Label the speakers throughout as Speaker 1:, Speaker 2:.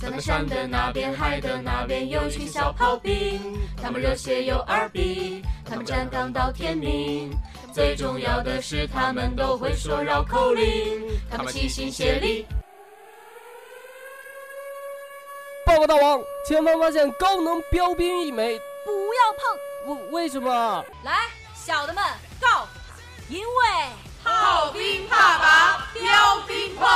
Speaker 1: 他们山的那边，海的那边有一群小炮兵，他们热血又二逼，他们站岗到天明。最重要的是，他们都会说绕口令，他们齐心协力。
Speaker 2: 报告大王，前方发现高能标兵一枚，
Speaker 3: 不要碰！
Speaker 2: 为为什么？
Speaker 3: 来，小的们告，因为
Speaker 4: 炮兵怕拔，标兵碰。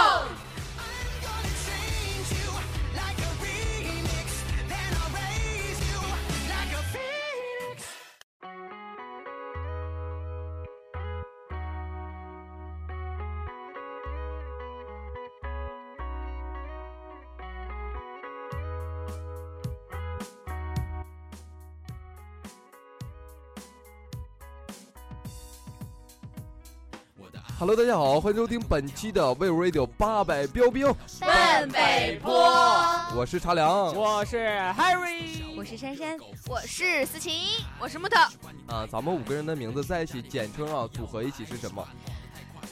Speaker 5: Hello，大家好，欢迎收听本期的 We Radio 八百标兵，
Speaker 4: 奔北坡，
Speaker 5: 我是茶凉。
Speaker 2: 我是 Harry，
Speaker 3: 我是珊珊，
Speaker 6: 我是思琪，
Speaker 3: 我是木头，
Speaker 5: 啊，咱们五个人的名字在一起，简称啊，组合一起是什么？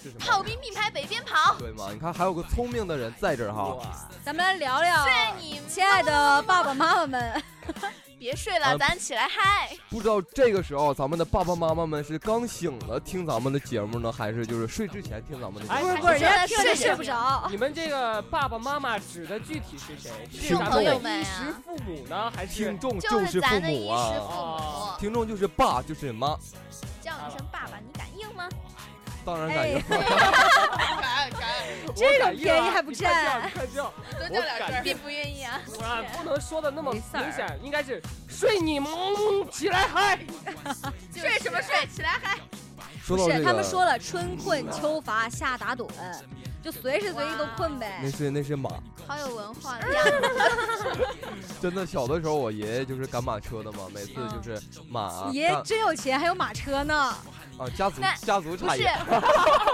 Speaker 5: 是什么
Speaker 6: 炮兵并排北边跑。
Speaker 5: 对吗？你看，还有个聪明的人在这儿哈。
Speaker 3: 咱们来聊聊
Speaker 6: 对你们
Speaker 3: 亲爱的爸爸妈妈们，
Speaker 6: 别睡了，
Speaker 5: 嗯
Speaker 6: 咱起来嗨！
Speaker 5: 不知道这个时候咱们的爸爸妈妈们是刚醒了听咱们的节目呢，还是就是睡之前听咱们的节
Speaker 2: 哎，
Speaker 5: 目？
Speaker 2: 不是不是，
Speaker 6: 说
Speaker 2: 人家
Speaker 6: 的
Speaker 2: 听
Speaker 3: 听着
Speaker 2: 着
Speaker 6: 是
Speaker 3: 睡
Speaker 2: 这
Speaker 3: 不着。
Speaker 2: 你们这个爸爸妈妈指的具体是谁？是
Speaker 5: 听
Speaker 2: 咱
Speaker 5: 众
Speaker 2: 们的
Speaker 6: 们
Speaker 2: 衣
Speaker 6: 呀
Speaker 2: 食父母呢，啊还是
Speaker 5: 听众
Speaker 6: 就是咱
Speaker 5: 父
Speaker 6: 的衣
Speaker 5: 母
Speaker 6: 食
Speaker 5: 啊，
Speaker 6: 父
Speaker 2: 哦
Speaker 6: 母，
Speaker 5: 听众就是爸就是妈，
Speaker 6: 叫你声爸爸，你敢应吗？
Speaker 5: 当
Speaker 6: 哎
Speaker 5: 然感应。
Speaker 4: 敢敢，
Speaker 3: 这
Speaker 2: 我
Speaker 3: 种
Speaker 2: 感应啊
Speaker 3: 便宜还不
Speaker 2: 你快
Speaker 3: 占
Speaker 2: 叫你快 叫！
Speaker 6: 多
Speaker 2: 叫两声
Speaker 6: 并不愿意啊。
Speaker 2: 我不能说的那么
Speaker 3: 没
Speaker 2: 明
Speaker 3: 事儿
Speaker 2: 显，应该是睡你萌起来嗨。
Speaker 6: 睡什么睡？起来嗨！
Speaker 5: 说到
Speaker 3: 不
Speaker 5: 这
Speaker 3: 是，
Speaker 5: 个，
Speaker 3: 他们说了，春困秋乏夏打盹，就随时随地都困呗
Speaker 5: 那。是那是马，
Speaker 6: 好有文化的样子。
Speaker 5: 真的小的时候我爷爷就是赶马车的嘛，每次就是马
Speaker 3: 爷
Speaker 5: 干
Speaker 3: 真有钱，还有马车呢。
Speaker 5: 啊家族
Speaker 6: 那
Speaker 5: 家族
Speaker 6: 不
Speaker 5: 产
Speaker 1: 哎
Speaker 6: 是
Speaker 5: 业，，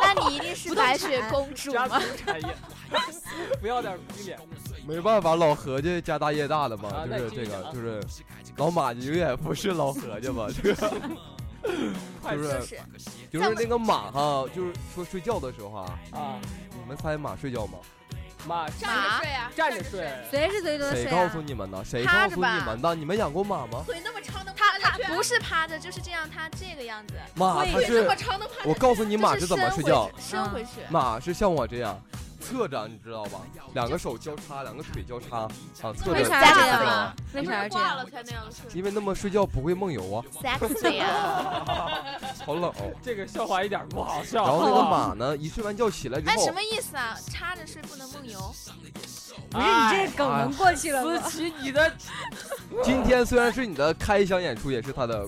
Speaker 6: 那你一定是
Speaker 3: 不动
Speaker 6: 白
Speaker 3: 产
Speaker 6: 雪公主
Speaker 2: 家
Speaker 6: 吗
Speaker 2: 族？产业， 不要点逼脸。
Speaker 5: 没办法，老何家家大业大了嘛，
Speaker 2: 啊
Speaker 5: 就
Speaker 2: 那
Speaker 5: 是
Speaker 2: 继
Speaker 5: 这
Speaker 2: 续
Speaker 5: 个
Speaker 2: 啊
Speaker 5: 就是老马永远不是老何家嘛，这个
Speaker 2: 快
Speaker 5: 就
Speaker 6: 就是是
Speaker 5: 就是那个马哈，就是说睡觉的时候啊，
Speaker 2: 啊，
Speaker 5: 你们猜马睡觉吗？
Speaker 2: 马
Speaker 6: 马
Speaker 4: 睡啊，
Speaker 2: 站着睡，
Speaker 3: 随时随地都睡
Speaker 5: 谁
Speaker 3: 啊。
Speaker 5: 告诉你们的？谁
Speaker 6: 趴
Speaker 5: 告
Speaker 6: 着
Speaker 5: 诉你们的？你们养过马吗？
Speaker 4: 腿那么长能
Speaker 6: 他
Speaker 4: 趴下
Speaker 6: 他
Speaker 4: 去啊？
Speaker 6: 不是趴着就是这样，他这个样子，
Speaker 5: 马它
Speaker 4: 腿
Speaker 5: 是
Speaker 4: 那么，长能趴
Speaker 5: 我
Speaker 4: 下去？
Speaker 5: 告诉你马
Speaker 6: 就是是
Speaker 5: 怎么睡觉，
Speaker 6: 伸回去，伸回去。
Speaker 5: 马是像我这样。侧着，你知道吧？两个手交叉，两个腿交叉，啊，侧着
Speaker 3: 为啥
Speaker 5: 侧着
Speaker 3: 这样
Speaker 5: 睡
Speaker 3: 啊为啥要这
Speaker 4: 挂
Speaker 3: 样
Speaker 4: 了？才那样睡？
Speaker 5: 因为那么睡觉不会梦游啊，
Speaker 6: sexy 啊！
Speaker 5: 好冷哦、
Speaker 2: 这个笑话一点不好笑。
Speaker 5: 然后那个马呢，一睡完觉起来之
Speaker 6: 哎，
Speaker 5: 后
Speaker 6: 什，么意思啊？插着睡不能梦游？
Speaker 3: 不是你这梗
Speaker 5: 哎
Speaker 3: 能过去了
Speaker 2: 思
Speaker 3: 吗？
Speaker 2: 琪，你的
Speaker 5: 今天虽然是你的开箱演出，也是 他的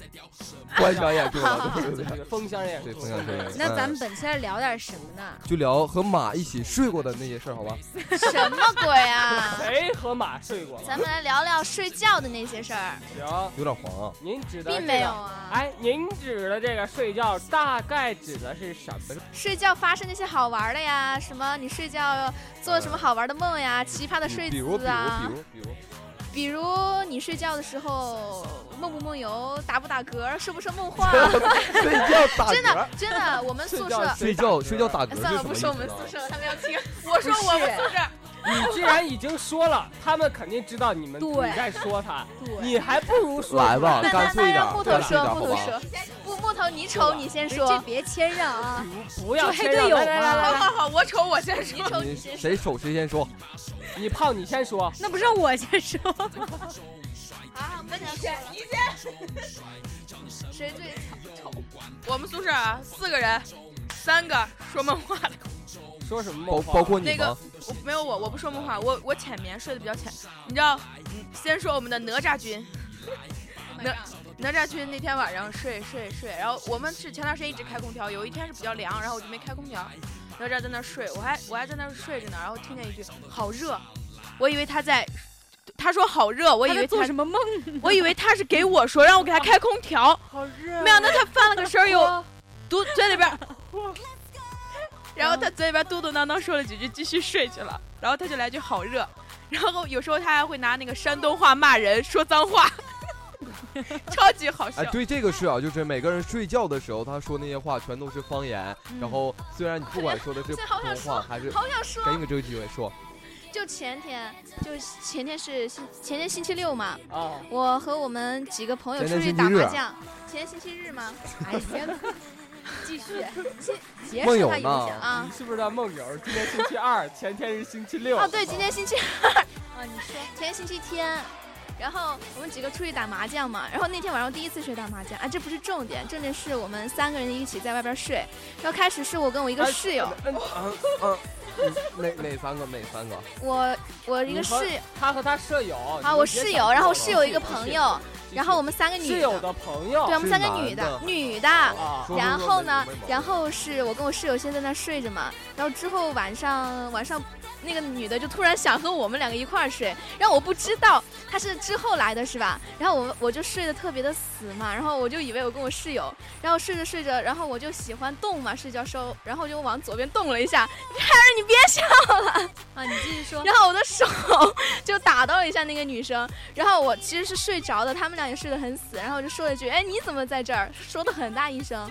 Speaker 5: 观赏演出嘛，对对对？
Speaker 2: 风箱演
Speaker 5: 对，
Speaker 2: 出
Speaker 5: 分享这个。
Speaker 3: 那咱
Speaker 5: 嗯
Speaker 3: 们本期来聊点什么呢？
Speaker 5: 就聊和马一起睡过的那些事儿，好吧？
Speaker 6: 什么鬼啊？
Speaker 2: 谁哎和马睡过？
Speaker 6: 咱们来聊聊睡觉的那些事儿，
Speaker 2: 行，
Speaker 5: 有点黄啊。
Speaker 2: 您指的
Speaker 6: 并
Speaker 2: 这
Speaker 6: 没
Speaker 2: 个
Speaker 6: 有。啊。
Speaker 2: 哎，您指的这个睡觉大概指的是什么？
Speaker 6: 睡觉发生那些好玩的呀，什么你睡觉做什么好玩的梦呀，奇葩的睡
Speaker 5: 比如比
Speaker 6: 姿啊，
Speaker 5: 如比如比如，
Speaker 6: 比如你睡觉的时候梦不梦游，打不打嗝，说不说梦话，
Speaker 5: 睡觉 打
Speaker 6: 真的
Speaker 5: 嗝，
Speaker 6: 真的，我们宿
Speaker 2: 睡觉
Speaker 6: 舍。哎
Speaker 5: 睡觉睡觉打嗝是
Speaker 6: 算了，
Speaker 5: 什
Speaker 6: 不
Speaker 5: 么意
Speaker 6: 说我
Speaker 5: 思啊
Speaker 6: 们
Speaker 5: 呢
Speaker 6: 宿？舍了，他们要听。我说
Speaker 3: 不是
Speaker 6: 我们宿舍，
Speaker 2: 你既然已经说了，他们肯定知道你们
Speaker 3: 对
Speaker 2: 你在说他，
Speaker 3: 对，
Speaker 2: 你还不如说
Speaker 5: 来吧，
Speaker 6: 那
Speaker 5: 干
Speaker 6: 那
Speaker 5: 脆
Speaker 6: 那
Speaker 5: 一点，
Speaker 6: 让木头
Speaker 5: 干脆一
Speaker 6: 说，
Speaker 5: 点，
Speaker 6: 木
Speaker 5: 好
Speaker 6: 头
Speaker 5: 吧？
Speaker 6: 说，不木头你瞅你先
Speaker 3: 哎这
Speaker 6: 哎说，
Speaker 3: 别谦让啊！
Speaker 2: 不要
Speaker 3: 对
Speaker 2: 谦
Speaker 3: 队
Speaker 2: 让。
Speaker 3: 友
Speaker 2: 来来来来 来，
Speaker 4: 好好，我瞅我先
Speaker 6: 你
Speaker 4: 说。
Speaker 6: 瞅
Speaker 5: 你
Speaker 6: 你先说。
Speaker 5: 谁手谁先说？
Speaker 2: 你胖你先说，
Speaker 3: 那不是我先说，
Speaker 6: 啊，那你先，
Speaker 4: 你先。
Speaker 6: 谁最
Speaker 4: 我们宿舍啊，四个人，三个说梦话的，
Speaker 2: 说什么
Speaker 5: 包
Speaker 2: 梦话？
Speaker 5: 包括你
Speaker 4: 那个
Speaker 5: 吗？
Speaker 4: 我没有我，我不说梦话，我我浅眠睡得比较浅。你知道，嗯先说我们的哪吒君，哪哪吒君那天晚上睡睡睡，然后我们是前段时间一直开空调，有一天是比较凉，然后我就没开空调，哪吒在那儿睡，我还我还在那儿睡着呢，然后听见一句好热，我以为他在。他说好热，我
Speaker 3: 我
Speaker 4: 以为
Speaker 3: 做
Speaker 4: 他
Speaker 3: 什么梦？
Speaker 4: 我以为他是给我说让我给他开空调，
Speaker 2: 好热
Speaker 4: 没想到他翻了个身儿 又嘟嘴里边 儿，然后他嘴里边嘟嘟囔囔说了几句，继续睡去了。然后他就来句好热，然后有时候他还会拿那个山东话骂人，说脏话， 超级好笑
Speaker 5: 哎，。对，这个是啊，就是每个人睡觉的时候，他说那些话全都是方言。然后虽然你不管说的是
Speaker 6: 现在
Speaker 5: 普
Speaker 6: 嗯 好想
Speaker 5: 通话还是，
Speaker 6: 好想说
Speaker 5: 给你个这个机会说，
Speaker 6: 就前天，就前天是星前天星期六嘛，
Speaker 2: 啊，
Speaker 6: 我和我们几个朋友
Speaker 5: 前
Speaker 6: 出
Speaker 5: 天
Speaker 6: 去
Speaker 5: 星期
Speaker 6: 打
Speaker 5: 日
Speaker 6: 麻
Speaker 5: 啊
Speaker 6: 将。前天星期日吗？
Speaker 3: 哎呀，
Speaker 6: 继续
Speaker 3: 别
Speaker 5: 梦
Speaker 3: 受
Speaker 5: 游
Speaker 3: 他影
Speaker 5: 呢
Speaker 3: 响。
Speaker 6: 啊
Speaker 2: 你是不是在梦游？今天星期二，前天是星期六。
Speaker 6: 哦，对，今天星期 哦
Speaker 3: 啊，你说，
Speaker 6: 前天星期天，然后我们几个出去打麻将嘛，然后那天晚上第一次睡打麻将啊，这不是重点，重点是我们三个人一起在外边睡，然后开始是我跟我一个
Speaker 5: 啊
Speaker 2: 哎
Speaker 6: 室友，
Speaker 2: 嗯。
Speaker 5: 嗯嗯，嗯哪哪三个？哪三个？
Speaker 6: 我我一个
Speaker 2: 你和
Speaker 5: 啊
Speaker 6: 室友
Speaker 2: 他和他舍友
Speaker 6: 啊，我室友，然后室友一个朋，友，然后我们三个
Speaker 2: 你
Speaker 6: 女
Speaker 2: 别吵了继续继续室友的朋友
Speaker 6: 对，我们
Speaker 5: 是
Speaker 6: 三个
Speaker 5: 男
Speaker 6: 女
Speaker 5: 的
Speaker 6: 女的。
Speaker 2: 啊，
Speaker 5: 说
Speaker 6: 然
Speaker 5: 说
Speaker 6: 后
Speaker 5: 没
Speaker 6: 呢
Speaker 5: 没毛，
Speaker 6: 然后是我跟我室友先在那睡着嘛，然后之后晚上晚上那个女的就突然想和我们两个一块儿睡，然后我不知道她是之后来的是吧？然后我我就睡得特别的死嘛，然后我就以为我跟我室友，然后睡着睡着，然后我就喜欢动嘛，睡觉时候，然后就往左边动了一下，Harry 你别想，
Speaker 3: 啊，你继续说。
Speaker 6: 然后我的手 就打到了一下那个女生，然后我其实是睡着的，他们俩也睡得很死，然后我就说了一句：“哎，你怎么在这儿？”说的很大一声。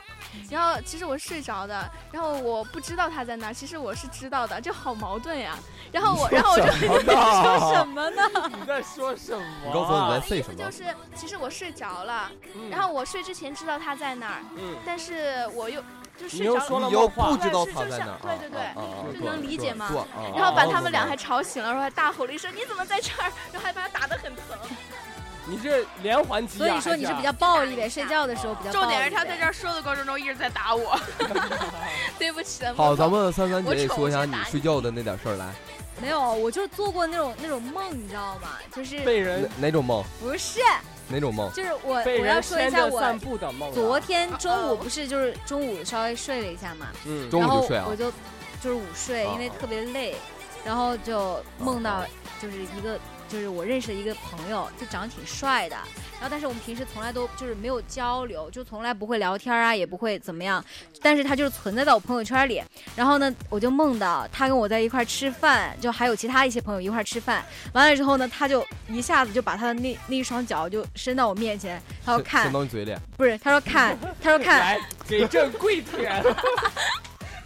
Speaker 6: 然后其实我是睡着的，然后我不知道他在那儿，其实我是知道的，就好矛盾呀。然后我，然后我就，
Speaker 3: 说什
Speaker 5: 就
Speaker 3: 么呢？
Speaker 2: 你在说什么？
Speaker 5: 你告诉我你在
Speaker 6: 意
Speaker 5: say
Speaker 6: 思
Speaker 5: 什
Speaker 6: 就
Speaker 5: 么？
Speaker 6: 是，其实我睡着了，
Speaker 2: 嗯
Speaker 6: 然后我睡之前知道他在那儿，
Speaker 2: 嗯，
Speaker 6: 但是我又就
Speaker 2: 你
Speaker 6: 睡
Speaker 2: 又
Speaker 6: 着
Speaker 2: 说
Speaker 6: 了，
Speaker 2: 了
Speaker 5: 你又
Speaker 2: 梦话
Speaker 5: 不知道
Speaker 6: 对
Speaker 5: 他
Speaker 6: 是
Speaker 5: 在
Speaker 6: 是
Speaker 5: 哪儿？
Speaker 6: 对对对
Speaker 5: 啊啊啊
Speaker 6: 就
Speaker 5: 啊
Speaker 6: 能理解吗
Speaker 5: 做啊
Speaker 6: 然后把
Speaker 5: 哦
Speaker 6: 他们俩
Speaker 5: 懂
Speaker 6: 还
Speaker 5: 了
Speaker 6: 吵醒了，然后还大吼了一声：“你怎么在这儿？”然后还把他打得很疼。
Speaker 2: 你这连环击啊，
Speaker 3: 所以说你是比较暴力呗，睡觉的时候比较暴力
Speaker 4: 重
Speaker 3: 呗。
Speaker 4: 点是他在这儿说的过程中一直在打我。
Speaker 6: 对不起，
Speaker 5: 好，
Speaker 6: 莫
Speaker 5: 咱
Speaker 6: 总
Speaker 5: 们三三姐
Speaker 6: 我
Speaker 5: 也
Speaker 6: 瞅
Speaker 5: 说一下
Speaker 6: 着
Speaker 5: 你
Speaker 6: 打
Speaker 5: 睡觉的那点事儿来，
Speaker 3: 没有，我就做过那种那种梦，你知道吗？就是
Speaker 2: 被 人
Speaker 5: 哪哪种梦？
Speaker 3: 不是，啊
Speaker 5: 哪种梦？
Speaker 3: 就是我
Speaker 2: 被
Speaker 3: 我要
Speaker 2: 人
Speaker 3: 说一
Speaker 2: 牵
Speaker 3: 下
Speaker 2: 着散
Speaker 3: 我。
Speaker 2: 步的梦啊。
Speaker 3: 昨天中午不是就是中午稍微睡了一下嘛，
Speaker 2: 嗯
Speaker 5: 中午
Speaker 3: 然后
Speaker 5: 就睡啊
Speaker 3: 我就就是午睡，
Speaker 5: 啊
Speaker 3: 因为
Speaker 5: 啊
Speaker 3: 特别累，然后就梦到
Speaker 5: 啊
Speaker 3: 就是一个就是我认识的一个朋友，就长得挺帅的，然后但是我们平时从来都就是没有交流，就从来不会聊天啊，也不会怎么样，但是他就是存在在我朋友圈里。然后呢，我就梦到他跟我在一块儿吃饭，就还有其他一些朋友一块儿吃饭。完了之后呢，他就一下子就把他的那那一双脚就伸到我面前，他说
Speaker 5: 伸伸
Speaker 3: 看，
Speaker 5: 到你嘴里，
Speaker 3: 不是，他说看， 他说看，
Speaker 2: 嗯来给朕跪舔。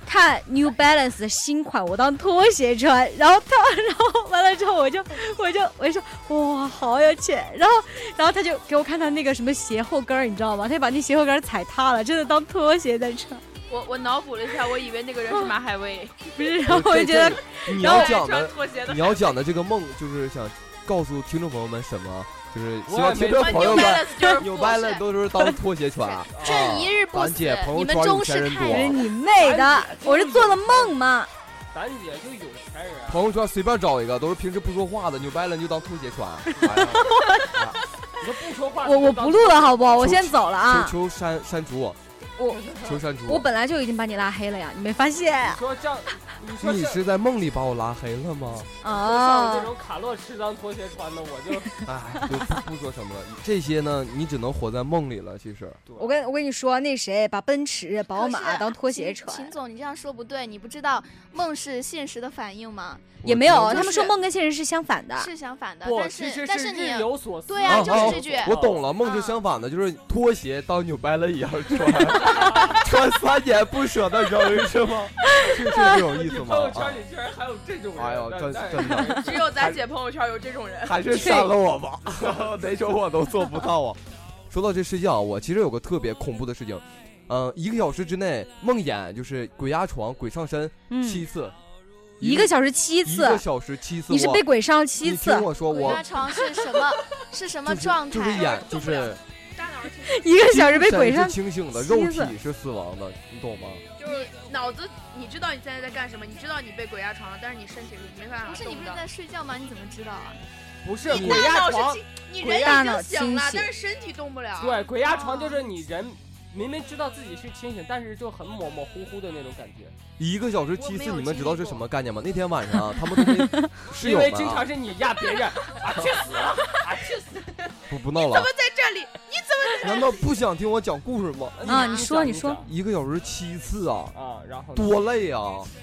Speaker 3: 看 New Balance 的新款，我当拖鞋穿。然后他，然后完了之后我，就我就我就说哇，好有钱。然后然后他就给我看他那个什么鞋后跟儿，你知道吗？他就把那鞋后跟儿踩塌了，真的当拖鞋在穿。
Speaker 4: 我我脑补了一下，我以为那个人是马海威，
Speaker 3: 不是，然后我就觉得
Speaker 5: 你
Speaker 4: 然后
Speaker 5: 要讲
Speaker 4: 穿
Speaker 5: 的
Speaker 4: 拖鞋的
Speaker 5: 你。要讲的这个梦，就是想告诉听众朋友们什么？就是希望
Speaker 2: 我也
Speaker 5: 听
Speaker 2: 没
Speaker 5: 众
Speaker 4: 穿
Speaker 5: 朋友
Speaker 4: New
Speaker 5: 们
Speaker 4: Balance 就是
Speaker 5: 有
Speaker 4: 服
Speaker 5: 掰
Speaker 4: 饰
Speaker 5: 了 都是当拖鞋穿。啊
Speaker 6: 朕一日不
Speaker 5: 咱
Speaker 6: 死
Speaker 5: 姐朋，友
Speaker 6: 你们
Speaker 5: 圈有
Speaker 6: 终
Speaker 5: 钱
Speaker 6: 是
Speaker 5: 人
Speaker 6: 太
Speaker 5: 多
Speaker 3: 是你妹的，我是做了梦嘛。
Speaker 2: 咱姐就有钱 人，
Speaker 5: 朋友圈随便找一个，都是平时不说话的，扭掰了你就当拖鞋啊穿。
Speaker 2: 你说不说话，
Speaker 3: 我我不录了，好不好？我先走了啊。
Speaker 5: 求求删删除我，
Speaker 3: 我
Speaker 5: 求删除
Speaker 3: 我本来就已经把你拉黑了呀，你没发现
Speaker 2: 你？说这样，你说
Speaker 5: 你
Speaker 2: 这
Speaker 5: 是在梦里把我拉黑了 吗？
Speaker 2: 像我
Speaker 3: 哦
Speaker 2: 这，种卡洛士当拖鞋穿的，我就
Speaker 5: 哎，就不不说什么了。这些呢，你只能活在梦里了。其实，
Speaker 3: 我跟我跟你说，那谁把奔驰、宝马当拖鞋
Speaker 6: 秦
Speaker 3: 穿
Speaker 6: 秦。总，你这样说不对，你不知道梦是现实的反应吗？
Speaker 3: 也没有，
Speaker 5: 我
Speaker 6: 就
Speaker 3: 他们说
Speaker 6: 是
Speaker 3: 梦跟现实是相反的。
Speaker 6: 是相反的，
Speaker 2: 不，
Speaker 6: 但
Speaker 2: 其
Speaker 6: 是
Speaker 2: 实
Speaker 6: 但
Speaker 2: 是
Speaker 6: 你
Speaker 2: 日有所思。
Speaker 6: 对啊
Speaker 5: 哦就是
Speaker 6: 这句
Speaker 5: 我懂了，梦是
Speaker 3: 啊
Speaker 5: 相反的，就是拖鞋当扭掰了一样穿， 穿三年不舍得扔，是吗？是是这种意思
Speaker 2: 你
Speaker 5: 吗
Speaker 2: 朋友？
Speaker 5: 啊
Speaker 2: 圈里居然还有这种人，
Speaker 5: 哎呦，
Speaker 2: 那
Speaker 5: 真
Speaker 2: 那
Speaker 5: 真的，
Speaker 4: 只有咱姐朋友圈有这种 人。
Speaker 5: 还是删了我吧， 哪种我都做不到啊。说到这睡觉啊，我其实有个特别恐怖的事情，嗯、一个小时之内梦魇就是鬼压床、鬼上身七
Speaker 3: 嗯，
Speaker 5: 次，
Speaker 3: 一个小时七
Speaker 5: 一
Speaker 3: 次
Speaker 5: 个，小时七次，
Speaker 3: 你是
Speaker 5: 我
Speaker 3: 被鬼上七
Speaker 5: 你
Speaker 3: 次
Speaker 5: 听，我说，
Speaker 6: 鬼
Speaker 5: 我
Speaker 6: 压床是什 么是什么
Speaker 5: 就是
Speaker 6: 状态？
Speaker 5: 就是眼就
Speaker 4: 动不
Speaker 5: 是
Speaker 4: 了大脑清
Speaker 3: 一个小时被
Speaker 5: 精神
Speaker 3: 鬼
Speaker 5: 是
Speaker 3: 上。
Speaker 5: 清醒的，
Speaker 3: 七
Speaker 5: 肉
Speaker 3: 次
Speaker 5: 体是死亡的，你懂吗？
Speaker 4: 就是脑子，你知道你现在在干什么，你知道你被鬼压床了，但是你身体是没办法
Speaker 6: 不是你
Speaker 4: 动
Speaker 6: 不是
Speaker 4: 的。
Speaker 6: 在睡觉吗？你怎么知道啊？
Speaker 2: 不是
Speaker 4: 你
Speaker 2: 鬼
Speaker 4: 大
Speaker 2: 压
Speaker 4: 脑
Speaker 2: 床
Speaker 4: 是，清，你
Speaker 3: 鬼
Speaker 4: 人
Speaker 3: 压
Speaker 4: 已
Speaker 3: 脑
Speaker 4: 经醒了
Speaker 3: 清，醒
Speaker 4: 但是身体动不了。
Speaker 2: 对，鬼压
Speaker 4: 啊
Speaker 2: 床就是你人明明知道自己是清醒，但是就很模模糊糊的那种感觉，
Speaker 5: 一个小时七
Speaker 4: 我没
Speaker 5: 次，
Speaker 4: 有
Speaker 5: 你们知道是
Speaker 4: 经历过
Speaker 5: 什么概念吗？那天晚上啊，他们都没室
Speaker 2: 因
Speaker 5: 友
Speaker 2: 为
Speaker 5: 们
Speaker 2: 经
Speaker 5: 啊
Speaker 2: 常，是你压别 人，啊去死啊，啊去死！
Speaker 5: 不不闹
Speaker 4: 怎
Speaker 5: 了
Speaker 4: 么，在这里？
Speaker 5: 难道不想听我讲故事吗？
Speaker 3: 啊你说你说
Speaker 2: 讲
Speaker 5: 一个小时七次啊，
Speaker 2: 啊，然后呢
Speaker 5: 多累啊！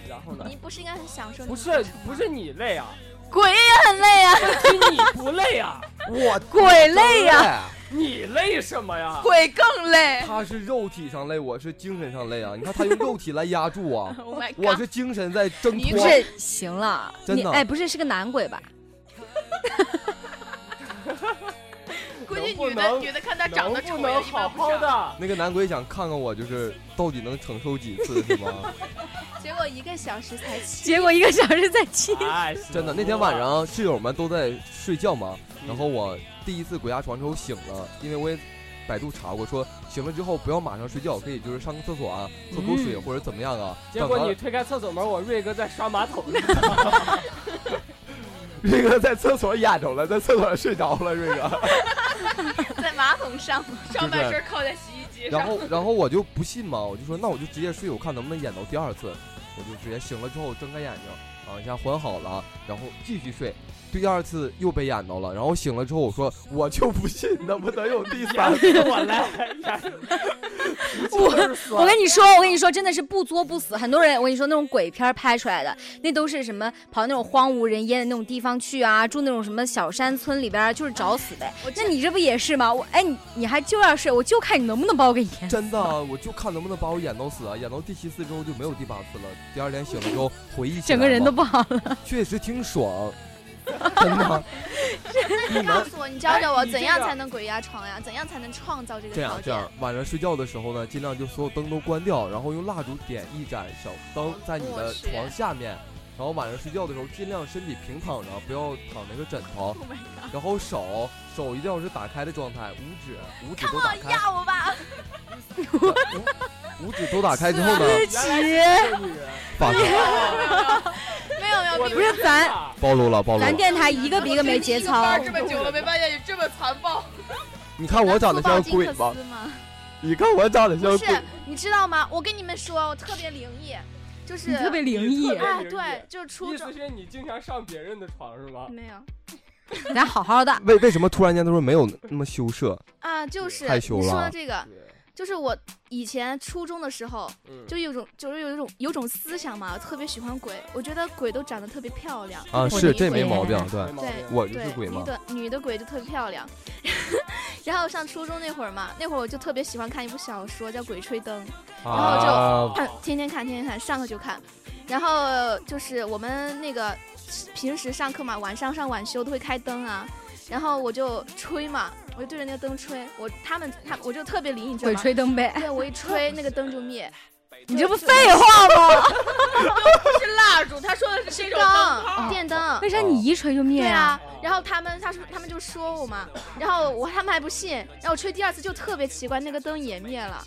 Speaker 2: 然后呢
Speaker 6: 你？不是应该很享受你
Speaker 2: 不
Speaker 6: 的
Speaker 2: 是
Speaker 6: 过程吗？
Speaker 2: 不是你累啊，
Speaker 6: 鬼也很累啊！
Speaker 2: 问题你不累啊，
Speaker 5: 我
Speaker 3: 鬼累呀、
Speaker 5: 呀！
Speaker 2: 你累什么呀？
Speaker 4: 鬼更累。
Speaker 5: 他是肉体上累，我是精神上累啊！你看他用肉体来压住我，
Speaker 4: Oh my
Speaker 5: 我
Speaker 4: god！
Speaker 5: 是精神在挣
Speaker 4: 你
Speaker 3: 不
Speaker 5: 脱。
Speaker 3: 是，行了，
Speaker 5: 真
Speaker 3: 你
Speaker 5: 的
Speaker 3: 哎，不是是个男鬼吧？
Speaker 4: 估计
Speaker 2: 能不
Speaker 4: 女的
Speaker 2: 能
Speaker 4: 女的看他长得
Speaker 2: 能不
Speaker 4: 丑，
Speaker 2: 能
Speaker 4: 一
Speaker 2: 好
Speaker 4: 般不
Speaker 2: 好
Speaker 4: 上。
Speaker 2: 的？
Speaker 5: 那个男鬼想看看我，就是到底能承受几次，是吗？
Speaker 6: 结果一个小时才起。
Speaker 3: 结果一个小时在 七，
Speaker 2: 哎，是
Speaker 5: 真的，那天晚上室友们都在睡觉嘛，然后我第一次鬼压床之后醒了，因为我也百度查过，说醒了之后不要马上睡觉，可以就是上个厕所啊，喝口水
Speaker 2: 嗯
Speaker 5: 或者怎么样啊。
Speaker 2: 结果你推开厕所门，我瑞哥在刷马桶。
Speaker 5: 你瑞哥在厕所压着了，在厕所睡着了，瑞哥。
Speaker 6: 在马桶 上，
Speaker 4: 上半身靠在洗衣机
Speaker 5: 然
Speaker 4: 上，
Speaker 5: 后然后我就不信嘛，我就说那我就直接睡，我看能不能演到第二次。我就直接醒了之后睁开眼睛，啊一下缓好了，然后继续睡。第二次又被演到了，然后醒了之后我说我就不信能不能有第 三次。
Speaker 2: 我来，我
Speaker 3: 我跟你说，我跟你说，真的是不作不死。很多人，我跟你说，那种鬼片儿拍出来的，那都是什么跑那种荒无人烟的那种地方去啊，住那种什么小山村里边儿，就是找死呗。
Speaker 6: 我
Speaker 3: 那你这不也是吗？我哎，你你还就要睡，我就看你能不能把我给淹死。
Speaker 5: 真的啊，我就看能不能把我演到死啊！演到第七次之后就没有第八次了。第二天醒了之后回忆起来
Speaker 3: 整
Speaker 5: 嘛，
Speaker 3: 个人都不好了。
Speaker 5: 确实挺爽， 真的。你
Speaker 6: 告
Speaker 5: 们
Speaker 6: 诉我，你教教我
Speaker 2: 哎你
Speaker 6: 怎样
Speaker 2: 这个
Speaker 6: 才能鬼压床呀？怎样才能创造这个
Speaker 5: 这
Speaker 6: 条
Speaker 5: 样
Speaker 6: 件？
Speaker 5: 这样， 晚上睡觉的时候呢，尽量就所有灯都关掉，然后用蜡烛点一盏小
Speaker 6: 哦
Speaker 5: 灯在你的床下面，然后晚上睡觉的时候尽量身体平躺着，不要躺那个枕 头，
Speaker 6: Oh my god！
Speaker 5: 然后手手一定要是打开的状态，五指五指都打
Speaker 6: 我
Speaker 5: 开，
Speaker 6: 压我吧！
Speaker 5: 五指都打开之后呢，把
Speaker 6: 没有没有，并
Speaker 3: 不是咱
Speaker 5: 暴露了暴露了
Speaker 3: 咱。电台一个比一个没节操。
Speaker 4: 我追你一个班儿这么久了，没发现你这么残暴。
Speaker 5: 你看我长得像
Speaker 6: 金
Speaker 5: 鬼
Speaker 6: 克
Speaker 5: 吗？
Speaker 6: 斯吗？
Speaker 5: 你看我长得像
Speaker 6: 不是啊
Speaker 5: 鬼，，
Speaker 6: 你知道吗？我跟你们说，我特别灵异，就是
Speaker 3: 你特别灵
Speaker 2: 你
Speaker 3: 异
Speaker 2: 特，别
Speaker 6: 哎，
Speaker 2: 灵异
Speaker 6: 对，就是初
Speaker 2: 意
Speaker 6: 中
Speaker 2: 思是你经常上别人的床是吗？
Speaker 6: 没有
Speaker 3: 咱好好的。
Speaker 5: 为为什么突然间他说没有那么羞涩？
Speaker 6: 啊，就是
Speaker 5: 害羞
Speaker 6: 你说
Speaker 5: 了
Speaker 6: 的这个，
Speaker 3: 嗯
Speaker 6: 就是我以前初中的时候，
Speaker 2: 嗯，
Speaker 6: 就有种就是有一种有种思想嘛，我特别喜欢鬼，我觉得鬼都长得特别漂亮
Speaker 5: 啊，
Speaker 3: 我
Speaker 5: 是
Speaker 3: 理
Speaker 5: 这没
Speaker 3: 解
Speaker 5: 毛病，对
Speaker 2: 没毛
Speaker 6: 对
Speaker 2: 病。
Speaker 5: 我就
Speaker 6: 对，
Speaker 5: 是鬼嘛
Speaker 6: 女。的女的鬼就特别漂亮。 然后上初中那会儿嘛，那会儿我就特别喜欢看一部小说叫《鬼吹灯》，然后就
Speaker 5: 啊，
Speaker 6: 看天天看，天天看，上课就看。然后就是我们那个平时上课嘛，晚上上晚修都会开灯啊，然后我就吹嘛，我就对着那个灯吹，我他们他我就特别灵，你知道
Speaker 3: 鬼
Speaker 6: 吗？
Speaker 3: 吹灯呗，
Speaker 6: 对，我一吹那个灯就灭，
Speaker 3: 你这不废话吗？
Speaker 4: 是蜡烛，他说的是这种灯泡
Speaker 6: 灯电灯
Speaker 3: 哦为。啥你一吹就灭
Speaker 6: 对
Speaker 3: 啊？
Speaker 6: 啊，然后他们他说他们就说我嘛，然后我他们还不信，然后我吹第二次就特别奇怪，那个灯也灭了。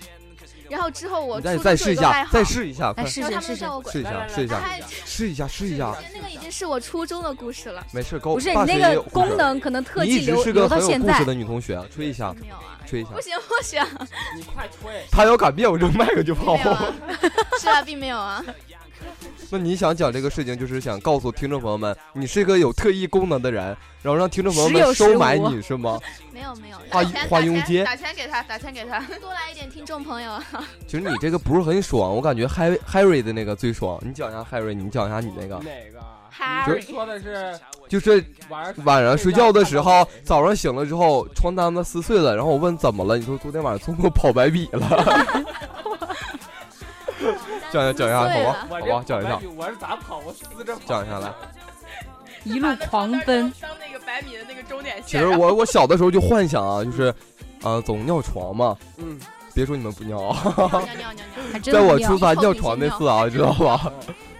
Speaker 6: 然后之后我初
Speaker 5: 你再
Speaker 6: 中
Speaker 5: 再
Speaker 6: 就有
Speaker 5: 试一
Speaker 6: 一个外
Speaker 5: 下，
Speaker 6: 号
Speaker 5: 再，试一下，
Speaker 3: 来
Speaker 5: 快
Speaker 3: 试
Speaker 6: 然后
Speaker 3: 试
Speaker 6: 他
Speaker 3: 试
Speaker 6: 们
Speaker 3: 试
Speaker 6: 叫，我鬼，
Speaker 5: 试一下，
Speaker 2: 来来来
Speaker 5: 试一
Speaker 6: 然后
Speaker 5: 下，
Speaker 6: 还
Speaker 5: 试一下，试一下，
Speaker 6: 那个已经是我初中的故事了。
Speaker 5: 没事，够。
Speaker 3: 不是你
Speaker 5: 大
Speaker 3: 那
Speaker 5: 学也
Speaker 3: 个
Speaker 5: 有故
Speaker 3: 功
Speaker 5: 事，
Speaker 3: 能可能特
Speaker 5: 你一
Speaker 3: 技
Speaker 5: 直
Speaker 3: 留
Speaker 5: 是个
Speaker 3: 留到
Speaker 5: 很有
Speaker 3: 现
Speaker 5: 故
Speaker 3: 在
Speaker 5: 事。的女同学，吹一下，
Speaker 6: 没有啊，
Speaker 5: 吹一下
Speaker 6: 不。行不行，
Speaker 2: 你快吹，
Speaker 5: 她要敢变，我扔麦克就 跑
Speaker 6: 没。有啊， 是啊，并没有啊。
Speaker 5: 那你想讲这个事情，就是想告诉听众朋友们，你是个有特异功能的人，然后让听众朋友
Speaker 3: 时有
Speaker 5: 们
Speaker 3: 时
Speaker 5: 收买
Speaker 3: 无
Speaker 5: 你 是吗？
Speaker 6: 没有没有，
Speaker 5: 花
Speaker 4: 打钱
Speaker 5: 花
Speaker 4: 打
Speaker 5: 佣
Speaker 4: 钱
Speaker 5: 街
Speaker 4: 打钱给他，打钱给他。
Speaker 6: 多来一点听众朋 友啊。
Speaker 5: 其实你这个不是很爽，我感觉 Harry Harry 的那个最爽。你讲一下 Harry，你讲一下你那个，
Speaker 2: 哪个啊？
Speaker 6: Harry
Speaker 2: 你说的是
Speaker 5: 就是
Speaker 2: 晚上
Speaker 5: 晚上睡觉的时候，早上醒了之后，床单子撕碎了，然后我问怎么了，你说昨天晚上做梦跑百米了。讲一下讲一下
Speaker 6: 对了
Speaker 5: 好吧
Speaker 2: 我这
Speaker 5: 好吧讲一下
Speaker 2: 跑百米我是咋跑？我撕着跑。
Speaker 5: 讲一下来。
Speaker 3: 一路狂奔，
Speaker 4: 当当那个百米的那个终点
Speaker 5: 其
Speaker 4: 线。
Speaker 5: 实
Speaker 4: 然后
Speaker 5: 我我小的时候就幻想啊，就是，啊、总尿床嘛，
Speaker 2: 嗯，
Speaker 5: 别说你们不尿啊，
Speaker 6: 尿 尿尿尿，
Speaker 3: 还真
Speaker 5: 在
Speaker 3: 的
Speaker 5: 我
Speaker 3: 妙
Speaker 5: 初三
Speaker 6: 一口
Speaker 5: 尿
Speaker 6: 你
Speaker 5: 床
Speaker 6: 先
Speaker 5: 那次啊，知道吧？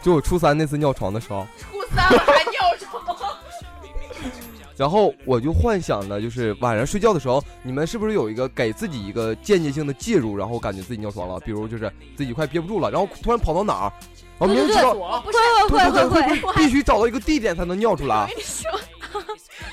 Speaker 5: 就我初三那次尿床的时候，
Speaker 4: 初三了还尿床，
Speaker 5: 然后我就幻想的就是晚上睡觉的时候，你们是不是有一个给自己一个间接性的介入，然后感觉自己尿床了，比如就是自己快憋不住了，然后突然跑到哪儿，然后明明知道
Speaker 2: 我
Speaker 6: 不是
Speaker 3: 会会会 会会，
Speaker 6: 我还
Speaker 5: 必须找到一个地点才能尿出来
Speaker 6: 跟，你说，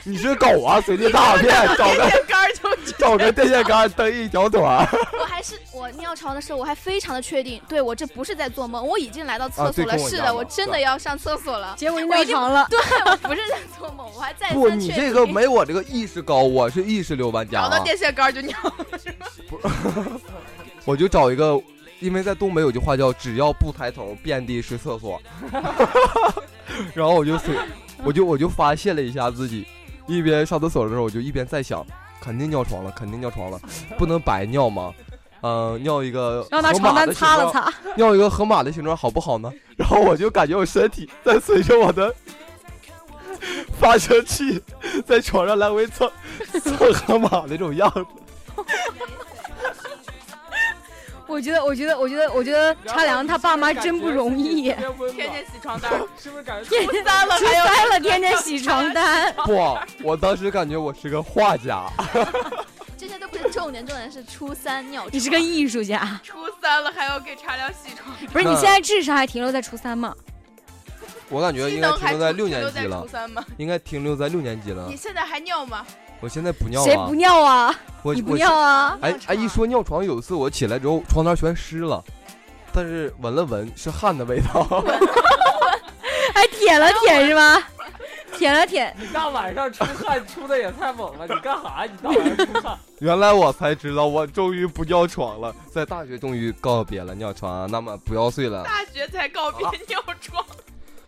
Speaker 5: 你是狗啊，随地大小便， 找个
Speaker 4: 电杆儿就
Speaker 5: 找个电线杆蹬一条腿儿
Speaker 6: 我还是我尿床的时候，我还非常的确定，对我这不是在做梦，我已经来到
Speaker 5: 啊
Speaker 6: 厕所
Speaker 5: 对
Speaker 6: 了，
Speaker 5: 跟我一
Speaker 6: 是
Speaker 5: 样
Speaker 6: 的，
Speaker 5: 嘛
Speaker 6: 我真
Speaker 5: 是吧
Speaker 6: 的要上厕所了，
Speaker 3: 结果就
Speaker 6: 我
Speaker 3: 尿
Speaker 6: 一定
Speaker 3: 床了。
Speaker 6: 对我不是在做梦，我还再
Speaker 5: 不，
Speaker 6: 三
Speaker 5: 你
Speaker 6: 确
Speaker 5: 这个
Speaker 6: 定
Speaker 5: 没我这个意识高，我是意识六班家、
Speaker 4: 找
Speaker 5: 啊
Speaker 4: 到，电线杆儿就尿。
Speaker 5: 我就找一个，因为在东北有句话叫“只要不抬头，遍地是厕所”，然后我就随，我就我就发泄了一下自己，一边上厕所的时候，我就一边在想，肯定尿床了，肯定尿床了，不能白尿嘛。嗯、尿一个
Speaker 3: 然后拿
Speaker 5: 河
Speaker 3: 床
Speaker 5: 马
Speaker 3: 单
Speaker 5: 的形
Speaker 3: 擦了
Speaker 5: 状，
Speaker 3: 擦，
Speaker 5: 尿一个河马的形状好不好呢？然后我就感觉我身体在随着我的 发射器在床上来回蹭蹭河马那种样子。
Speaker 3: 我觉得，我觉得，我觉得，我觉得
Speaker 2: 然后
Speaker 3: 查良他爸妈
Speaker 2: 是是
Speaker 3: 真不容易，
Speaker 2: 感觉身体特
Speaker 4: 天
Speaker 2: 别温暖
Speaker 4: 天洗床单儿，
Speaker 2: 嗯是不是 感觉
Speaker 3: 天天了，初三了，天天洗床 单。
Speaker 5: 不，我当时感觉我是个画家。
Speaker 6: 这些都不是重点，重点是初三尿床。
Speaker 3: 你是个艺术家，
Speaker 4: 初三了还要给茶凉洗床，
Speaker 3: 不是？
Speaker 5: 那
Speaker 3: 你现在智商还停留在初三吗？
Speaker 5: 我感觉
Speaker 4: 技
Speaker 5: 应该
Speaker 4: 能
Speaker 5: 停
Speaker 4: 还
Speaker 5: 留在
Speaker 4: 初
Speaker 5: 六年
Speaker 4: 都
Speaker 5: 级
Speaker 4: 在
Speaker 5: 了嗯
Speaker 4: 初，三吗？
Speaker 5: 应该停留在六年级了
Speaker 4: 你。现在还尿吗？
Speaker 5: 我现在不尿
Speaker 3: 谁
Speaker 5: 了
Speaker 3: 不，尿啊？
Speaker 5: 我
Speaker 3: 你不
Speaker 5: 我
Speaker 3: 尿啊？
Speaker 5: 哎哎，一
Speaker 4: 床
Speaker 5: 说尿床，有一次我起来之后，床单全湿了，但是闻了闻是汗的味道。
Speaker 3: 哎，舔了舔是吗？舔了舔，
Speaker 2: 你大晚上出汗出的也太猛了，你干啥？你大晚上出汗？
Speaker 5: 原来我才知道，我终于不尿床了，在大学终于告别了尿床啊。那么不要睡了。
Speaker 4: 大学才告别 尿床，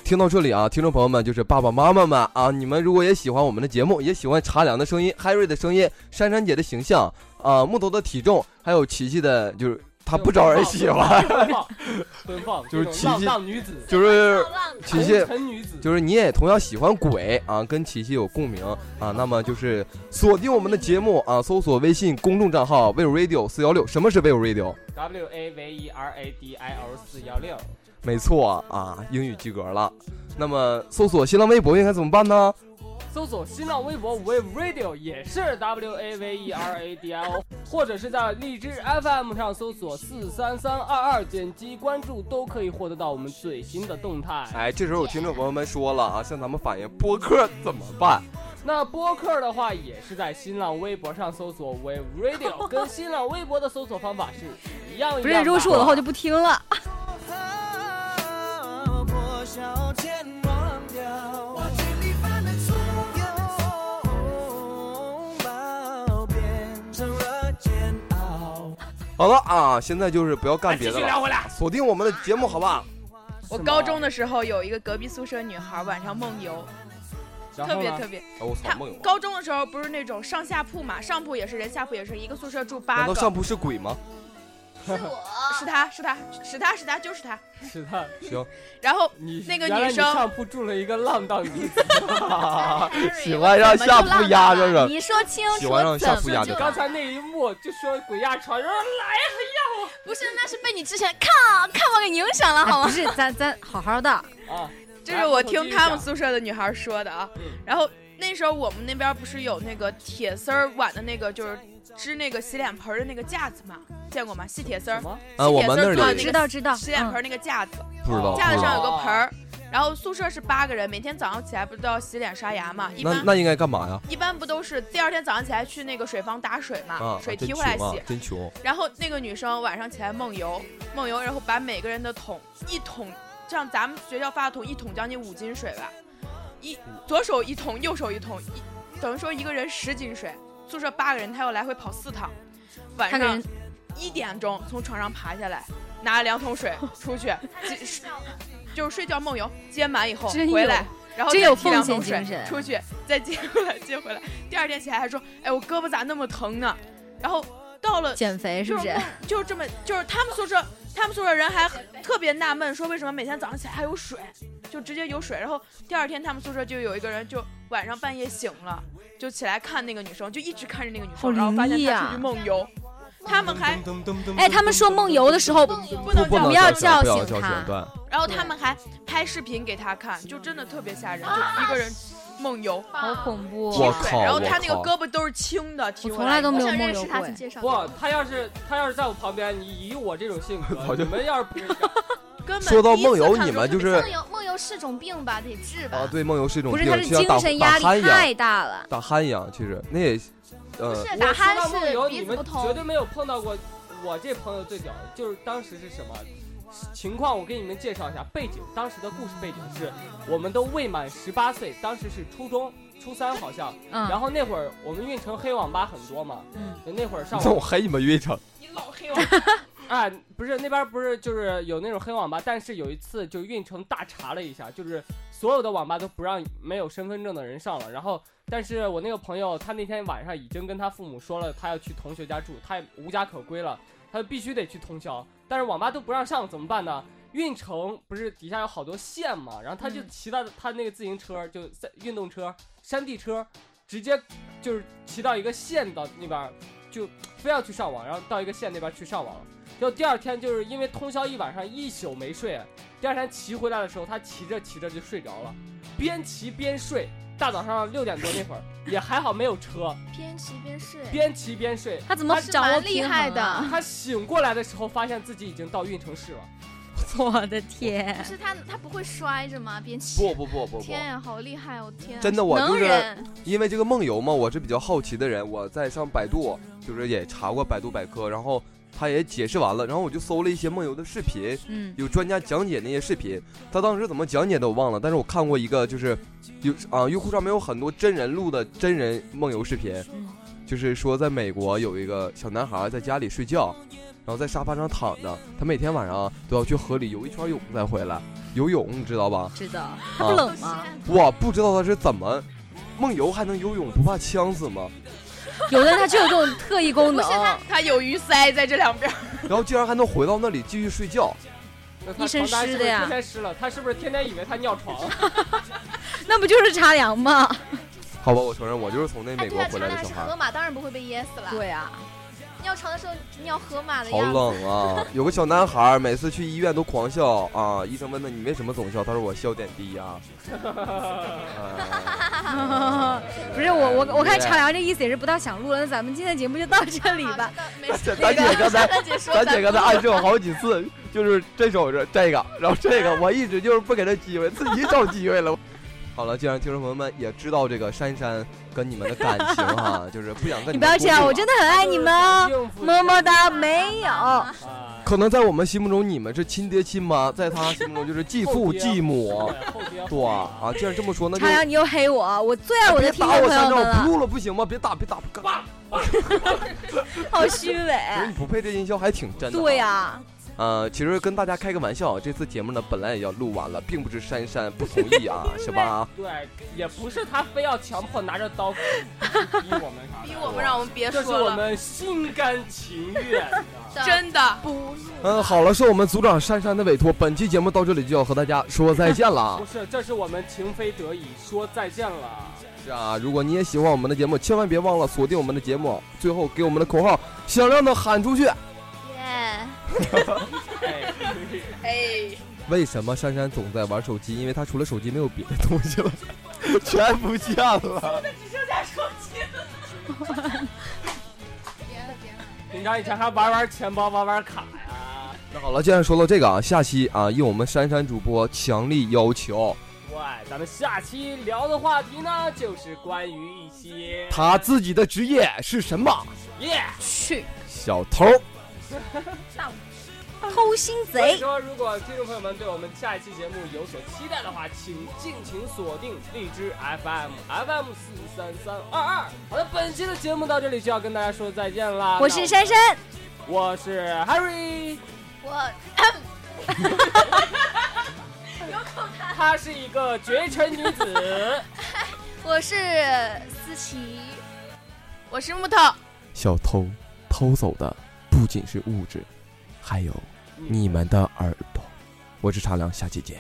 Speaker 5: 听到这里啊，听众朋友们，就是爸爸妈妈们啊，你们如果也喜欢我们的节目，也喜欢茶凉的声音、Harry 的声音、珊珊姐的形象啊、木头的体重，还有琪琪的，就是她不招人喜欢，
Speaker 2: 奔放，奔放，
Speaker 5: 就是
Speaker 2: 这
Speaker 5: 奇迹
Speaker 2: 种浪荡女子，
Speaker 5: 就是琪琪
Speaker 2: 红。尘女子，
Speaker 5: 就是你也同样喜欢鬼啊，跟琪琪有共鸣啊，那么就是锁定我们的节目啊，搜索微信公众账号 v radio 四幺六，什么是 v radio？
Speaker 2: W A V E R A D I O 四幺六，
Speaker 5: 没错啊，英语及格了。那么搜索新浪微博应该怎么办呢？
Speaker 2: 搜索新浪微博 Wave Radio 也是 W A V E R A D I O，或者是在荔枝 FM 上搜索四三三二二，点击关注都可以获得到我们最新的动态。
Speaker 5: 哎，这时候有听众朋友们说了啊，向咱们反映播客怎么办？
Speaker 2: 那播客的话，也是在新浪微博上搜索 Wave Radio，跟新浪微博的搜索方法是一样一样的。
Speaker 3: 不是，如果是我的话，我就不听了。
Speaker 7: 破晓前忘掉，我经历犯的错，拥抱变成了煎熬。
Speaker 5: 好了啊，现在就是不要
Speaker 4: 哎
Speaker 5: 干别
Speaker 2: 继
Speaker 5: 的
Speaker 2: 续
Speaker 5: 了，
Speaker 2: 聊回来。
Speaker 5: 锁定我们的节目好不好？
Speaker 4: 我高中的时候有一个隔壁宿舍女孩晚上梦游，
Speaker 2: 然
Speaker 4: 特
Speaker 2: 后
Speaker 4: 别
Speaker 2: 呢
Speaker 4: 特别。
Speaker 5: 哎，我
Speaker 4: 她
Speaker 5: 操，梦游了。
Speaker 4: 高中的时候不是那种上下铺嘛，上铺也是人，下铺也是一个宿舍住八
Speaker 5: 难道
Speaker 4: 个，
Speaker 5: 上铺是鬼吗？
Speaker 4: 是她是她是她是她就是她。
Speaker 2: 是的，
Speaker 5: 行，
Speaker 4: 然后
Speaker 2: 你
Speaker 4: 那个
Speaker 2: 原来
Speaker 4: 女
Speaker 2: 你
Speaker 4: 生
Speaker 2: 上铺住了一个浪荡女子。
Speaker 5: 啊 喜欢让下铺压着
Speaker 6: 了。
Speaker 5: 了，
Speaker 6: 你说清楚，
Speaker 5: 喜欢让下铺压
Speaker 6: 怎么
Speaker 5: 着的
Speaker 6: 就
Speaker 2: 刚才那一幕就说鬼压床，然后
Speaker 6: 不是？那是被你之前看看我给影响啊了，好
Speaker 3: 哎
Speaker 6: 吗
Speaker 3: 不？是，咱咱好好的，
Speaker 2: 来啊，
Speaker 4: 这是我听他们宿舍的女孩说的啊。然后那时候我们那边不是有那个铁丝儿碗的那个，就是支那个洗脸盆儿的那个架子嘛，见过吗？细铁丝儿
Speaker 2: 什，么？
Speaker 5: 啊，我们那
Speaker 4: 啊
Speaker 5: 里
Speaker 4: 那个
Speaker 3: 知道知道。
Speaker 4: 洗脸盆
Speaker 3: 嗯
Speaker 4: 儿那个架子，
Speaker 5: 不知道，
Speaker 4: 架
Speaker 5: 不
Speaker 4: 子
Speaker 5: 知
Speaker 4: 上
Speaker 5: 道。
Speaker 4: 有个盆儿。然后宿舍是八个人，每天早上起来不都要洗脸刷牙嘛？一
Speaker 5: 那
Speaker 4: 般
Speaker 5: 那应该干嘛呀？
Speaker 4: 一般不都是第二天早上起来去那个水房打水嘛，
Speaker 5: 啊，
Speaker 4: 水
Speaker 5: 真
Speaker 4: 提
Speaker 5: 穷
Speaker 4: 回来洗。
Speaker 5: 啊，真穷。
Speaker 4: 然后那个女生晚上起来梦游，梦游，然后把每个人的桶一桶，像咱们学校发的桶一桶将近五斤水吧，一左手一桶，右手一桶，一等于说一个人十斤水。宿舍八个人，她要来回跑四趟，晚
Speaker 3: 他给
Speaker 4: 上
Speaker 3: 人
Speaker 4: 一点钟从床上爬下来，拿了两桶 水出去，接 就是睡觉梦游，接满以后
Speaker 3: 真有
Speaker 4: 回来。然后
Speaker 3: 真
Speaker 4: 再
Speaker 3: 有
Speaker 4: 提两
Speaker 3: 奉
Speaker 4: 桶
Speaker 3: 献
Speaker 4: 水
Speaker 3: 精神
Speaker 4: 出去再接回来，接回来。第二天起来还说：“哎，我胳膊咋那么疼呢？”然后到了
Speaker 3: 减肥是
Speaker 4: 就
Speaker 3: 不
Speaker 4: 是
Speaker 3: 是？
Speaker 4: 梦就是这么，就是他们宿舍，他们宿舍人还很特别纳闷，说为什么每天早上起来还有水，就直接有水。然后第二天他们宿舍就有一个人就晚上半夜醒了，就起来看那个女生，就一直看着那个女
Speaker 3: 好
Speaker 4: 生，然后发
Speaker 3: 灵异
Speaker 4: 现她
Speaker 3: 啊
Speaker 4: 出去梦游。他们还
Speaker 3: 哎，他们说梦游的时候，
Speaker 4: 不能
Speaker 5: 不
Speaker 4: 叫
Speaker 5: 能
Speaker 3: 不要叫
Speaker 5: 叫不要
Speaker 3: 醒
Speaker 5: 叫
Speaker 3: 他
Speaker 5: 醒，对。
Speaker 4: 然后他们还拍视频给她看，就真的特别吓人，就一个人梦游。
Speaker 3: 好恐怖！
Speaker 5: 我
Speaker 4: 对，
Speaker 5: 靠
Speaker 4: 然后她那个
Speaker 5: 我靠
Speaker 4: 胳膊都是青的，提
Speaker 3: 我
Speaker 4: 回
Speaker 3: 从来都
Speaker 4: 以后
Speaker 6: 想
Speaker 3: 没有梦
Speaker 6: 认
Speaker 3: 游
Speaker 6: 识他，
Speaker 3: 过
Speaker 6: 请。介绍。
Speaker 2: 不，他要是他要是在我旁边，你以我这种性格，
Speaker 5: 早就
Speaker 2: 你们要是不是
Speaker 4: 根本
Speaker 5: 说到
Speaker 4: 第一次
Speaker 5: 梦游
Speaker 4: 看
Speaker 5: 你
Speaker 4: 中
Speaker 5: 们
Speaker 4: 这
Speaker 5: 就
Speaker 4: 么
Speaker 5: 是
Speaker 6: 梦游梦游是种病吧，得治吧。
Speaker 5: 啊，对，梦游是一种
Speaker 3: 不是，
Speaker 5: 病，
Speaker 3: 他是
Speaker 5: 就像打
Speaker 3: 精神压
Speaker 5: 打
Speaker 3: 力
Speaker 5: 鼾一样，
Speaker 3: 太大了。
Speaker 5: 打鼾一样，其实那也，
Speaker 6: 不
Speaker 5: 呃，
Speaker 6: 是打
Speaker 2: 我说到
Speaker 6: 鼾
Speaker 2: 梦游，
Speaker 6: 是
Speaker 2: 你
Speaker 6: 鼻
Speaker 2: 们
Speaker 6: 子不
Speaker 2: 绝
Speaker 6: 通，
Speaker 2: 对没有碰到过。我这朋友最屌，就是当时是什么情况？我给你们介绍一下背景。当时的故事背景是，我们都未满十八岁，当时是初中初三好像。
Speaker 3: 嗯
Speaker 2: 然后那会儿我们运城黑网吧很多嘛，
Speaker 3: 嗯，
Speaker 2: 那会儿上
Speaker 5: 那
Speaker 2: 网
Speaker 5: 我黑你们运城，
Speaker 4: 你老黑我
Speaker 2: 啊，不是那边不是就是有那种黑网吧，但是有一次就运城大查了一下，就是所有的网吧都不让没有身份证的人上了。然后，但是我那个朋友他那天晚上已经跟他父母说了，他要去同学家住，他也无家可归了，他就必须得去通宵。但是网吧都不让上，怎么办呢？运城不是底下有好多县嘛，然后他就骑到他那个自行车，就在运动车、山地车，直接就是骑到一个县到那边儿，就非要去上网，然后到一个县那边去上网了。就第二天就是因为通宵一晚上一宿没睡，第二天骑回来的时候，他骑着骑着就睡着了，边骑边睡。大早上六点多那会儿也还好没有车，
Speaker 6: 边骑边睡，
Speaker 2: 边骑边睡。
Speaker 3: 他怎么
Speaker 6: 是
Speaker 3: 掌握
Speaker 6: 蛮厉害
Speaker 3: 平衡啊？
Speaker 6: 的。
Speaker 2: 他醒过来的时候，发现自己已经到运城市了。
Speaker 3: 我的天，
Speaker 6: 是他他不会摔着吗？边骑。
Speaker 5: 不不不不不，
Speaker 6: 天呀，好厉害！我天啊，
Speaker 5: 真的我就
Speaker 6: 能
Speaker 5: 是
Speaker 6: 忍。
Speaker 5: 因为这个梦游嘛，我是比较好奇的人，我在上百度就是也查过百度百科，然后他也解释完了，然后我就搜了一些梦游的视频，
Speaker 3: 嗯，
Speaker 5: 有专家讲解那些视频，他当时怎么讲解的我忘了，但是我看过一个就是有啊，优酷上面有很多真人录的真人梦游视频，
Speaker 3: 嗯
Speaker 5: 就是说在美国有一个小男孩在家里睡觉，然后在沙发上躺着，他每天晚上都要去河里游一圈泳再回来，游泳你知道吧？
Speaker 3: 知 道。他
Speaker 5: 啊
Speaker 3: 不冷吗？
Speaker 5: 我不知道他是怎么梦游还能游泳，不怕呛死吗？
Speaker 3: 有的人他就有这种特异功能，
Speaker 5: 啊
Speaker 4: 他有鱼鳃在这两边儿，
Speaker 5: 然后竟然还能回到那里继续睡觉，
Speaker 2: 那他
Speaker 3: 一身
Speaker 2: 床单
Speaker 3: 湿
Speaker 2: 是
Speaker 3: 的
Speaker 2: 不是
Speaker 3: 呀
Speaker 2: 天天湿了，他是不是天天以为他尿床？
Speaker 3: 那不就是茶凉吗？
Speaker 5: 好吧，我承认我就是从那
Speaker 6: 哎，
Speaker 5: 美
Speaker 6: 对
Speaker 5: 国
Speaker 6: 啊，
Speaker 5: 回
Speaker 6: 长
Speaker 5: 来
Speaker 6: 大
Speaker 5: 的
Speaker 6: 是
Speaker 5: 小孩
Speaker 6: 河，马，当然不会被噎死了。
Speaker 3: 对啊，
Speaker 6: 尿床的时候尿河马的
Speaker 5: 好
Speaker 6: 样子。
Speaker 5: 冷啊！有个小男孩每次去医院都狂笑啊，医生问他你为什么总笑，他说我笑点低呀、 啊。
Speaker 3: 不是我我我看
Speaker 5: 对
Speaker 3: 茶凉这意思也是不大想录了，那咱们今天节目就到这里
Speaker 6: 好
Speaker 3: 吧。，
Speaker 6: 没事。
Speaker 5: 咱姐刚 才，
Speaker 6: 咱姐说，
Speaker 5: 咱姐刚才暗示我好几 次，就是这首是这个，然后这个，我一直就是不给他机会，自己找机会了。 好了，既然听众朋友们也知道这个珊珊跟你们的感情 哈，就是不想跟
Speaker 3: 你
Speaker 5: 你
Speaker 3: 不要这样，我真
Speaker 5: 的
Speaker 3: 的很爱你们哦，
Speaker 2: 应付一下
Speaker 3: 么么哒。没有，
Speaker 2: 啊
Speaker 5: 可能在我们心目中你们是亲爹亲妈，在他心目中就是继
Speaker 2: 后
Speaker 5: 父
Speaker 2: 爹
Speaker 5: 继母。
Speaker 2: 对后爹
Speaker 5: 对啊，既然这么说，那就
Speaker 3: 茶凉你又黑我，我最爱我的
Speaker 5: 哎别
Speaker 3: 听众
Speaker 5: 打
Speaker 3: 朋
Speaker 5: 我三
Speaker 3: 友们
Speaker 5: 张，我不
Speaker 3: 了，
Speaker 5: 录了，不行吗？别打，别打，别打！
Speaker 3: 好虚伪。
Speaker 5: 其实你不配这音效，还挺真的。
Speaker 3: 哎
Speaker 5: 啊
Speaker 3: 对。呀，
Speaker 5: 呃，其实跟大家开个玩笑，这次节目呢本来也要录完了，并不是珊珊不同 意啊，是吧？
Speaker 2: 对，也不是他非要强迫拿着 刀逼我们啥的，
Speaker 4: 逼我们让我们别
Speaker 2: 这是
Speaker 4: 说
Speaker 2: 我
Speaker 4: 了，
Speaker 2: 们心甘情愿的。
Speaker 4: 真的。
Speaker 5: 嗯，好了，受我们组长珊珊的委托，本期节目到这里就要和大家说再见了 啊
Speaker 2: 不。是，这是我们情非得已说再见了。
Speaker 5: 是啊，如果你也喜欢我们的节目，千万别忘了锁定我们的节目，最后给我们的口号响亮的喊出去。
Speaker 6: 耶，
Speaker 2: 哎，
Speaker 4: 哎，
Speaker 5: 为什么珊珊总在玩手机？因为她除了手机没有别的东西了，全不见了。
Speaker 2: 平常以前还玩玩钱包，玩玩卡呀。
Speaker 5: 那好了，既然说到这个啊，下期啊，应我们珊珊主播强力要求，
Speaker 2: 对，咱们下期聊的话题呢，就是关于一些
Speaker 5: 她自己的职业是什么？
Speaker 2: 耶。
Speaker 6: 去
Speaker 5: 小偷。
Speaker 3: 偷心
Speaker 2: 所以
Speaker 3: 贼。
Speaker 2: 说，如果听众朋友们对我们下一期节目有所期待的话，请尽情锁定荔枝 FM FM 四三三二二。好的，本期的节目到这里就要跟大家说再见啦。
Speaker 3: 我是珊，珊，
Speaker 2: 我是 Harry，
Speaker 6: 我。
Speaker 2: 她是一个绝尘女子。
Speaker 6: 我是思琪，
Speaker 4: 我是木头，
Speaker 5: 小偷偷走的不仅是物质，还有你们的耳朵。我是茶凉，下期见。